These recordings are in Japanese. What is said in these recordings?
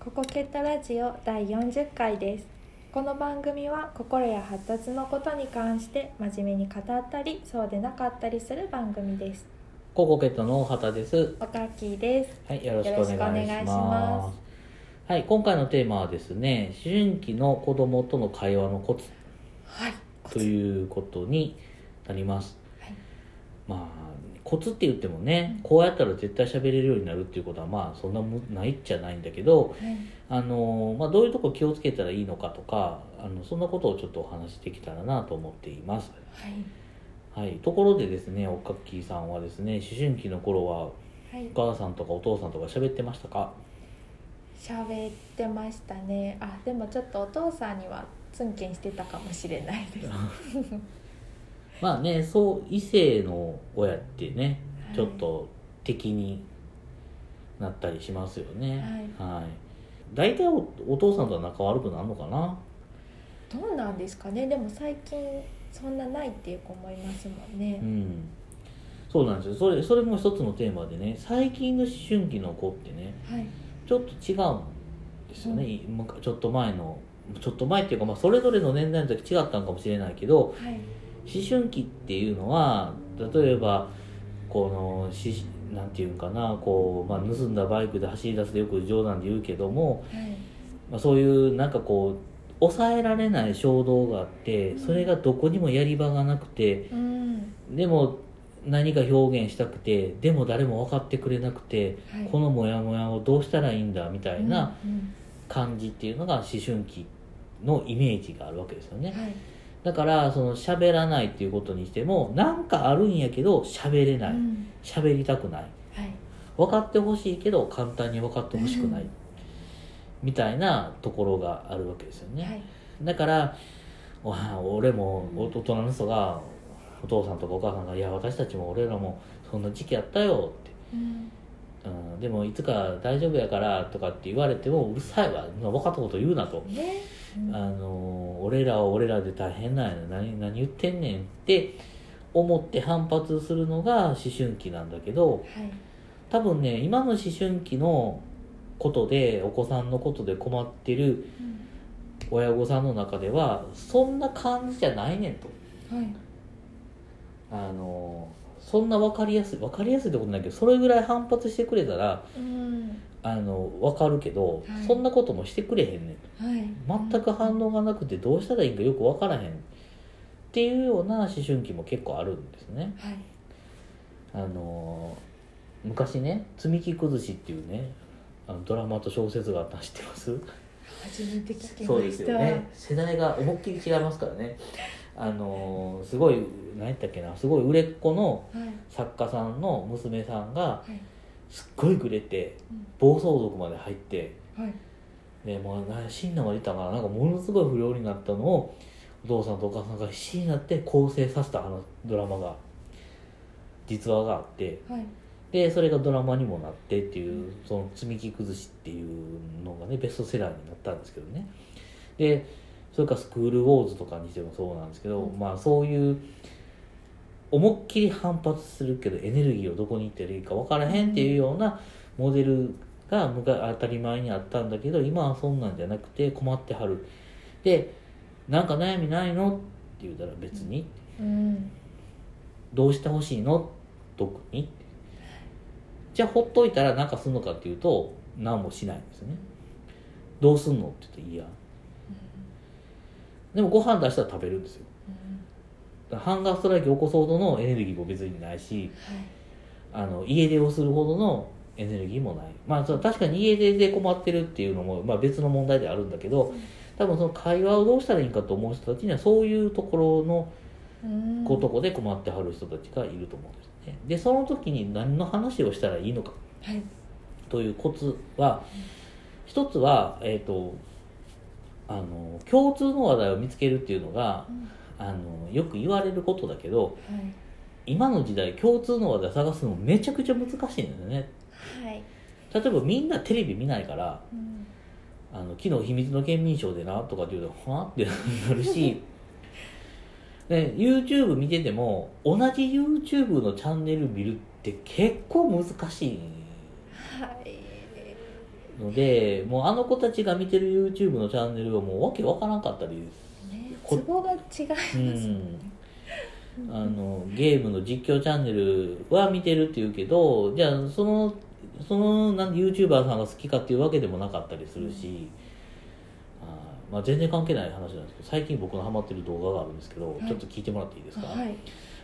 ココケットラジオ第40回ですこの番組は心や発達のことに関して真面目に語ったりそうでなかったりする番組ですココケットの大畑です。おかきですはい、よろしくお願よろいします。しくお願いしまはい、今回のテーマはですね、思春期の子供との会話のコツはいということになります。はいまあ、コツって言ってもね、こうやったら絶対喋れるようになるっていうことは、まあ、そんなもないっちゃないんだけど、はいあの、まあ、どういうとこ気をつけたらいいのかとか、あの、そんなことをちょっとお話しできたらなと思っています。はい、ところでですね、おかっきーさんはですね、思春期の頃は、はいはいお母さんとかお父さんとか喋ってましたか喋ってましたねあでもちょっとお父さんにはツンケンしてたかもしれないですはまあねそう異性の親ってねいちょっと敵になったりしますよねはい大体、おお父さんとは仲悪くなるのかなどうなんですかねでも最近そんなないっていう子もいますもんねうんそうなんですよそれそれも一つのテーマでね最近の思春期の子ってねはいちょっと違うんですよね、むかちょっと前のちょっと前っていうか、まあ、それぞれの年代の時違ったのかもしれないけど、はい思春期っていうのは例えばこのしなんていうんかなこう、まあ、盗んだバイクで走り出すとよく冗談で言うけども、はいまあ、そういうなんかこう抑えられない衝動があってそれがどこにもやり場がなくてうんでも何か表現したくてでも誰も分かってくれなくてはいこのモヤモヤをどうしたらいいんだみたいなうん感じっていうのが思春期のイメージがあるわけですようねん。はいだからその喋らないっていうことにしてもなんかあるんやけど喋れなういん喋、りたくないはい分かってほしいけど簡単に分かってほしくない、うんみたいなところがあるわけですよね、はいだからわ俺もうんお大人の人がお父さんとかお母さんが「いや私たちも俺らもそんな時期やったよ」っうんて、うん「でもいつか大丈夫やから」とかって言われても「うるさいわ分かったこと言うな」と。ねうんあの俺らは俺らで大変なんや何何言ってんねんって思って反発するのが思春期なんだけどはい多分ね今の思春期のことでお子さんのことで困ってるう親御さんの中ではそんな感じじゃないねんとんはいあのそんな分かりやすい分かりやすいってことないけどそれぐらい反発してくれたらうんあの分かるけど、はいそんなこともしてくれへんねんはい全く反応がなくてどうしたらいいんかよく分からへんっていうような思春期も結構あるんですね。はいあのー昔ね「積み木崩し」っていうねあのドラマと小説があったの知って ます初めて聞きましたそうですよね世代が思いっきり違いますからねあのーすごい何やったっけなすごい売れっ子のはい作家さんの娘さんがはいすっごいグレてうん暴走族まで入ってはいでもうな死んだまでいたからなんかものすごい不良になったのをお父さんとお母さんが必死になって更生させたあのドラマが実話があってはいでそれがドラマにもなってっていうその積み木崩しっていうのがねベストセラーになったんですけどねでそれからスクールウォーズとかにしてもそうなんですけど、うんまあそういう思いっきり反発するけどエネルギーをどこに行ってるいいか分からへんっていうようなモデルが昔当たり前にあったんだけど今はそんなんじゃなくて困ってはるでなんか悩みないのって言うたら別に、うんどうしてほしいの特にじゃあほっといたら何かするのかっていうと何もしないんですねどうすんのって言うといいやでもご飯出したら食べるんですようんだからハンガーストライキ起こすほどのエネルギーも別にないしはいあの家出をするほどのエネルギーもないまあそう確かに家出で困ってるっていうのも、まあ、別の問題であるんだけど多分その会話をどうしたらいいかと思う人たちにはそういうところのうんことこで困ってはる人たちがいると思うんですねでその時に何の話をしたらいいのかはいというコツは一つは、えー、とあの共通の話題を見つけるっていうのがうんあのよく言われることだけどはい今の時代共通の話題を探すのめちゃくちゃ難しいんだよねはい例えばみんなテレビ見ないからうんあの昨日秘密の県民賞でなとかって言うとはあってなるしで YouTube 見てても同じ YouTube のチャンネル見るって結構難しいはいのでもうあの子たちが見てる YouTube のチャンネルはもうわけわからんかったりねこツボが違いますうもんんね、あのゲームの実況チャンネルは見てるっていうけどじゃあそのそのなんで YouTuber さんが好きかっていうわけでもなかったりするし、あーまあ、全然関係ない話なんですけど最近僕のハマってる動画があるんですけど、はいちょっと聞いてもらっていいですか、はい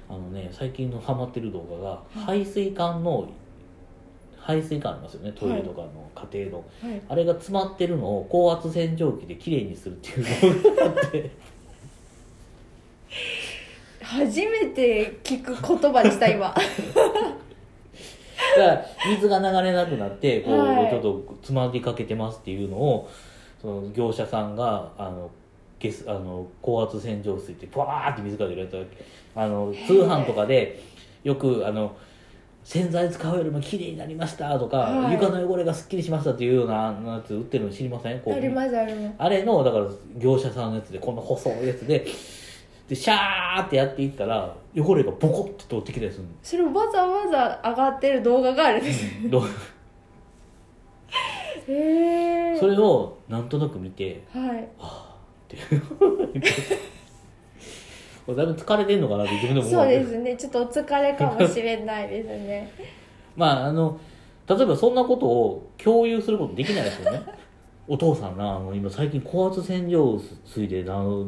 あのね最近のハマってる動画がは排水管の排水管ありますよねトイレとかの家庭の、はいあれが詰まってるのを高圧洗浄機できれいにするっていう動画があって初めて聞く言葉でした今だから水が流れなくなってこう、はいちょっとつまりかけてますっていうのをその業者さんがあのゲスあの高圧洗浄水ってバーって水かけられたあのへー通販とかでよくあの洗剤使うよりも綺麗になりましたとか、はい床の汚れがすっきりしましたっていうようなあのやつ売ってるの知りませんこうありますありますあれのだから業者さんのやつでこんな細いやつででシャーってやっていったら汚れがボコッて取ってきたりするのそれわざわざ上がってる動画があるんですどうへえそれをなんとなく見てはいもう だいぶ疲れてんのかなって自分でも思そううですねちょっとお疲れかもしれないですねまああの例えばそんなことを共有することできないですよねお父さんなあの今最近高圧洗浄水でなあの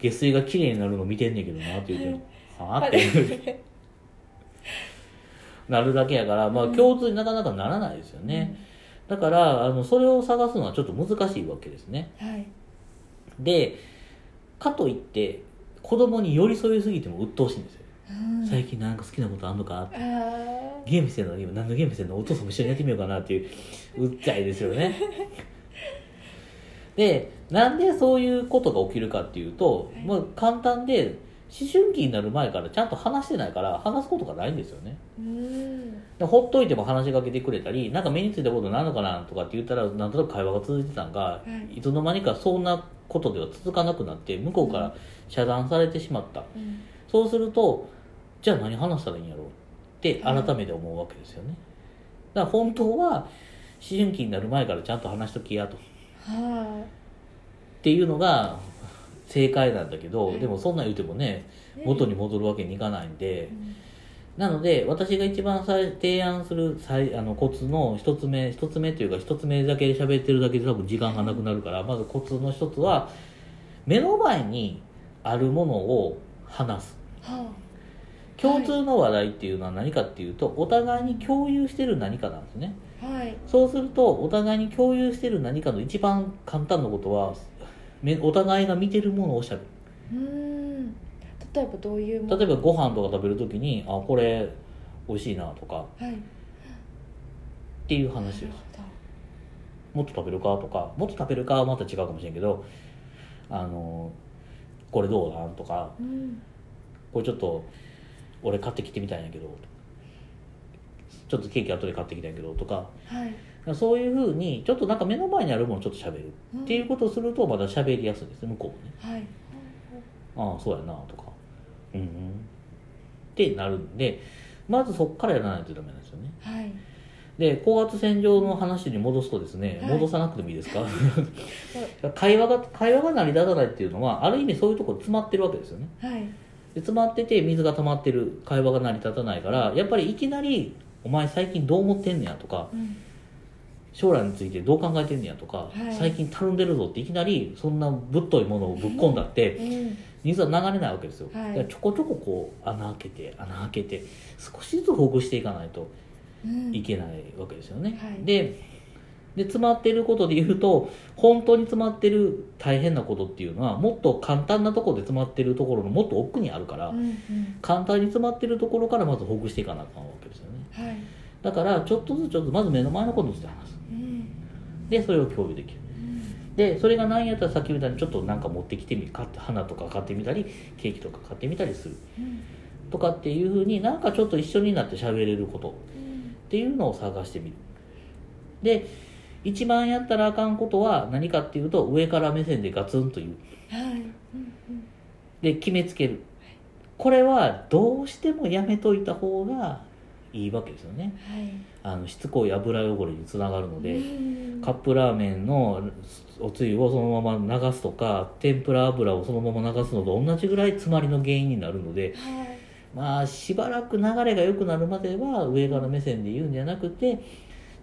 下水がきれいになるの見てんねんけどなって言うてはあってなるだけやからまあ共通になかなかならないですよね、だからあのそれを探すのはちょっと難しいわけですねはいでかといって子供に寄り添いすぎても鬱陶しいんですよ、うん最近なんか好きなことあんのかあーゲームしてんの今何のゲームしてんのお父さんも一緒にやってみようかなっていううっちゃいですよ ねでなんでそういうことが起きるかっていうと、はいもう簡単で思春期になる前からちゃんと話してないから話すことがないんですよねうんでほっといても話しかけてくれたりなんか目についたことないのかなとかって言ったらなんとなく会話が続いてたんが、いい、つの間にかそんなことでは続かなくなって向こうから遮断されてしまった、うんそうするとじゃあ何話したらいいんやろうって改めて思うわけですよねだから本当は思春期になる前からちゃんと話しときやとっはていうのが正解なんだけど、はいでもそんなん言うてもねい元に戻るわけにいかないんで、うんなので私が一番最提案する最あのコツの一つ目一つ目というか一つ目だけ喋ってるだけで多分時間がなくなるからまずコツの一つは目の前にあるものを話すは共通の話題っていうのは何かっていうと、お互いに共有してる何かなんですねあはいそうするとお互いに共有してる何かの一番簡単なことはめお互いが見てるものをしゃべるうん例えばどういうもの例えばご飯とか食べるときにあこれ美味しいなとかはいっていう話ですもっと食べるかとかもっと食べるかはまた違うかもしれんけどあのこれどうなんとかうんこれちょっと俺買ってきてみたいんやけどちょっとケーキ後で買ってきたんやけどとかはいそういうふうにちょっとなんか目の前にあるものをちょっと喋るっていうことをするとまだ喋りやすいですね向こうもねはいああそうやなとかうんうんってなるんでまずそこからやらないとダメなんですよねはいで高圧洗浄の話に戻すとですね、 はい戻さなくてもいいですか会話が会話が成り立たないっていうのはある意味そういうところ詰まってるわけですよねはいで詰まってて水が溜まってる会話が成り立たないからやっぱりいきなり「お前最近どう思ってんねや」とかうん「将来についてどう考えてんねや」とか、はい最近たるんでるぞ」っていきなりそんなぶっといものをぶっ込んだってうん水は流れないわけですよ、はいだからちょこちょここう穴開けて穴開けて少しずつほぐしていかないとうんいけないわけですよね、はいでで詰まってることで言うと本当に詰まってる大変なことっていうのはもっと簡単なところで詰まってるところのもっと奥にあるから、うんうん簡単に詰まってるところからまずほぐしていかなあかんわけですよねはいだからちょっとずつちょっとまず目の前のことにして話すうんでそれを共有できるでそれが何やったらさっきみたいにちょっとなんか持ってきてみ買って花とか買ってみたりケーキとか買ってみたりするうんとかっていうふうになんかちょっと一緒になって喋れることうんっていうのを探してみるで一番やったらあかんことは何かっていうと上から目線でガツンと言うはいうんうんで決めつけるこれはどうしてもやめといた方がいいわけですよねはいあのしつこい油汚れにつながるので、うんカップラーメンのおつゆをそのまま流すとか天ぷら油をそのまま流すのと同じぐらい詰まりの原因になるのではいまあしばらく流れが良くなるまでは上から目線で言うんじゃなくて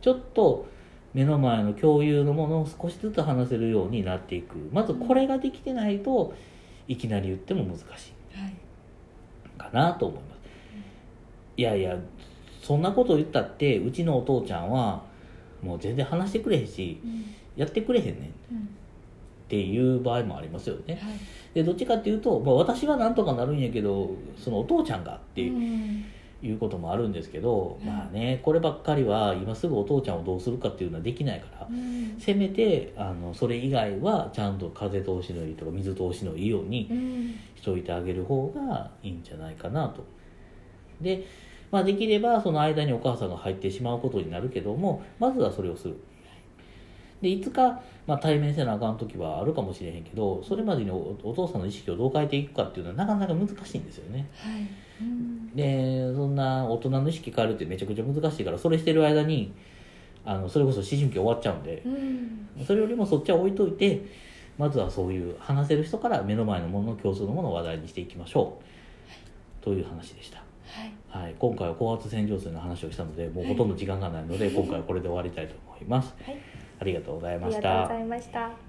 ちょっと目の前の共有のものを少しずつ話せるようになっていくまずこれができてないといきなり言っても難しいはいかなと思いますいやいやそんなこと言ったってうちのお父ちゃんはもう全然話してくれへんしうんやってくれへんねんっうんていう場合もありますよねはいでどっちかっていうと、まあ、私はなんとかなるんやけどそのお父ちゃんがっていううんいうこともあるんですけど、うんまあねこればっかりは今すぐお父ちゃんをどうするかっていうのはできないから、うんせめてあのそれ以外はちゃんと風通しのいいとか水通しのいいようにうんしといてあげる方がいいんじゃないかなと。で、まあ、できればその間にお母さんが入ってしまうことになるけどもまずはそれをする。でいつか、まあ、対面せなあかん時はあるかもしれへんけどそれまでにおお父さんの意識をどう変えていくかっていうのはなかなか難しいんですよね。はいうんでそんな大人の意識変えるってめちゃくちゃ難しいからそれしてる間にあのそれこそ思春期終わっちゃうんでうんそれよりもそっちは置いといてまずはそういう話せる人から目の前のもの共通のものを話題にしていきましょうという話でした、はいはい、今回は高圧洗浄水の話をしたのでもうほとんど時間がないので今回はこれで終わりたいと思いますはいありがとうございあまりしがとうごたざいました